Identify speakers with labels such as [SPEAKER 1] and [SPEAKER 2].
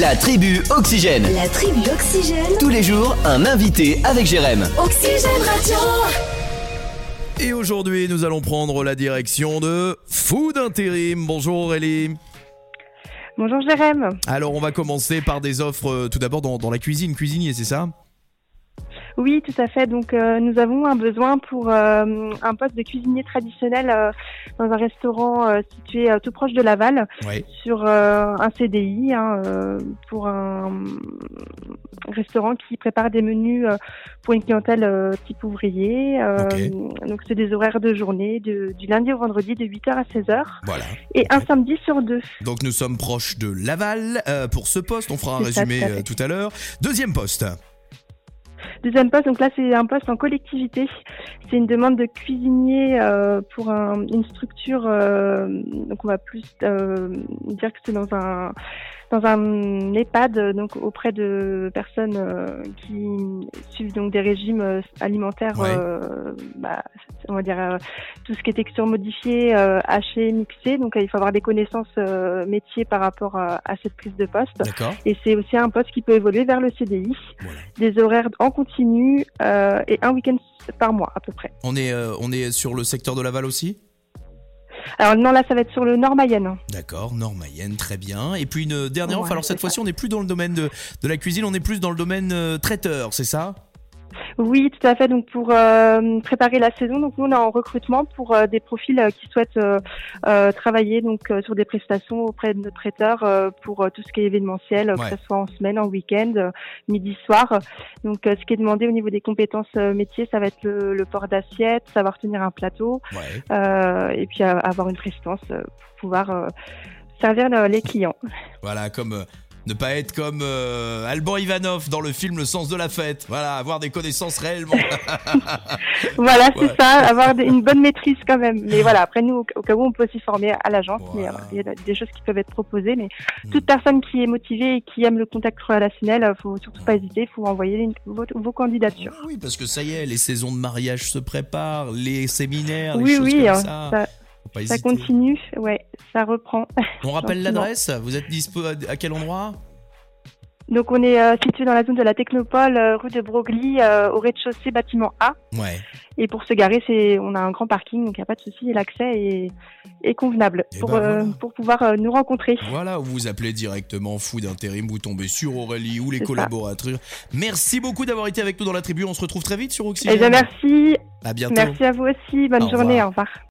[SPEAKER 1] La tribu Oxygène.
[SPEAKER 2] La tribu Oxygène.
[SPEAKER 1] Tous les jours, un invité avec Jérém.
[SPEAKER 2] Oxygène Radio.
[SPEAKER 3] Et aujourd'hui, nous allons prendre la direction de Food Intérim. Bonjour Aurélie.
[SPEAKER 4] Bonjour Jérém.
[SPEAKER 3] Alors, on va commencer par des offres euh, tout d'abord dans, dans la cuisine, cuisinier, c'est ça
[SPEAKER 4] Oui, tout à fait. Donc, euh, nous avons un besoin pour euh, un poste de cuisinier traditionnel euh, dans un restaurant euh, situé euh, tout proche de Laval
[SPEAKER 3] Oui.
[SPEAKER 4] sur euh, un CDI hein, euh, pour un restaurant qui prépare des menus euh, pour une clientèle euh, type ouvrier. Euh, Donc, c'est des horaires de journée de- du lundi au vendredi de 8h à 16h
[SPEAKER 3] Voilà.
[SPEAKER 4] et un samedi sur deux.
[SPEAKER 3] Donc, nous sommes proches de Laval euh, pour ce poste. On fera un
[SPEAKER 4] C'est ça,
[SPEAKER 3] résumé
[SPEAKER 4] tout à fait.
[SPEAKER 3] euh, tout à l'heure. Deuxième poste.
[SPEAKER 4] Deuxième poste, donc là c'est un poste en collectivité. C'est une demande de cuisinier euh, pour un- une structure. euh, donc on va plus euh, dire que c'est dans un dans un EHPAD, euh, donc auprès de personnes euh, qui suivent donc des régimes euh, alimentaires,
[SPEAKER 3] Ouais.
[SPEAKER 4] euh, bah, on va dire euh, tout ce qui est texture modifiée, euh, hachée, mixée. Donc euh, il faut avoir des connaissances euh, métiers par rapport à, à cette prise de poste.
[SPEAKER 3] D'accord.
[SPEAKER 4] Et c'est aussi un poste qui peut évoluer vers le CDI,
[SPEAKER 3] Voilà.
[SPEAKER 4] des horaires en continu euh, et un week-end par mois à peu près.
[SPEAKER 3] On est, euh, on est sur le secteur de Laval aussi
[SPEAKER 4] Alors non, là ça va être sur le Nord Mayenne.
[SPEAKER 3] D'accord, Nord-Mayenne, très bien. Et puis une dernière offre.
[SPEAKER 4] Ouais,
[SPEAKER 3] Alors, cette
[SPEAKER 4] c'est
[SPEAKER 3] fois-ci, on n'est plus dans le domaine de, de la cuisine, on est plus dans le domaine euh, traiteur, c'est ça
[SPEAKER 4] Oui, tout à fait. Donc pour euh, préparer la saison, donc nous on est en recrutement pour euh, des profils euh, qui souhaitent euh, euh, travailler donc euh, sur des prestations auprès de nos traiteurs euh, pour euh, tout ce qui est événementiel, euh,
[SPEAKER 3] Ouais.
[SPEAKER 4] que ce soit en semaine, en week-end, euh, midi, soir. Donc euh, ce qui est demandé au niveau des compétences euh, métiers, ça va être le, le port d'assiette, savoir tenir un plateau,
[SPEAKER 3] Ouais.
[SPEAKER 4] euh, et puis euh, avoir une prestance euh, pour pouvoir euh, servir euh, les clients.
[SPEAKER 3] Voilà, comme euh, ne pas être comme euh, Alban Ivanov dans le film Le sens de la fête. Voilà, avoir des connaissances réellement.
[SPEAKER 4] Voilà, c'est
[SPEAKER 3] Ouais.
[SPEAKER 4] ça, avoir des- une bonne maîtrise quand même. Mais voilà, après nous, au- au cas où, on peut s'y former à l'agence, mais euh,
[SPEAKER 3] Voilà.
[SPEAKER 4] il y a des choses qui peuvent être proposées. Mais
[SPEAKER 3] Hmm.
[SPEAKER 4] toute personne qui est motivée et qui aime le contact relationnel, euh, faut surtout pas hésiter, faut envoyer une- vos, vos candidatures.
[SPEAKER 3] oui, parce que ça y est, les saisons de mariage se préparent, les séminaires,
[SPEAKER 4] Oui,
[SPEAKER 3] les choses
[SPEAKER 4] oui,
[SPEAKER 3] comme
[SPEAKER 4] hein,
[SPEAKER 3] ça.
[SPEAKER 4] ça-
[SPEAKER 3] Faut pas
[SPEAKER 4] Ça
[SPEAKER 3] hésiter.
[SPEAKER 4] continue, ouais, ça reprend.
[SPEAKER 3] On rappelle
[SPEAKER 4] Gentiment.
[SPEAKER 3] l'adresse Vous êtes dispo à à quel endroit
[SPEAKER 4] Donc on est euh, situé dans la zone de la Technopole, euh, rue de Broglie, euh, au rez-de-chaussée, bâtiment A.
[SPEAKER 3] Ouais.
[SPEAKER 4] Et pour se garer, c'est on a un grand parking, donc il n'y a pas de souci, et l'accès est, est convenable
[SPEAKER 3] Eh
[SPEAKER 4] pour,
[SPEAKER 3] ben,
[SPEAKER 4] euh,
[SPEAKER 3] voilà.
[SPEAKER 4] pour pouvoir euh, nous rencontrer.
[SPEAKER 3] Voilà, vous vous appelez directement Food Intérim, vous tombez sur Aurélie ou les
[SPEAKER 4] C'est ça.
[SPEAKER 3] collaboratrices. Merci beaucoup d'avoir été avec nous dans la tribu. On se retrouve très vite sur
[SPEAKER 4] Eh
[SPEAKER 3] Oxygène.
[SPEAKER 4] bien, merci,
[SPEAKER 3] À bientôt.
[SPEAKER 4] merci à vous aussi, bonne
[SPEAKER 3] Au
[SPEAKER 4] journée, au revoir.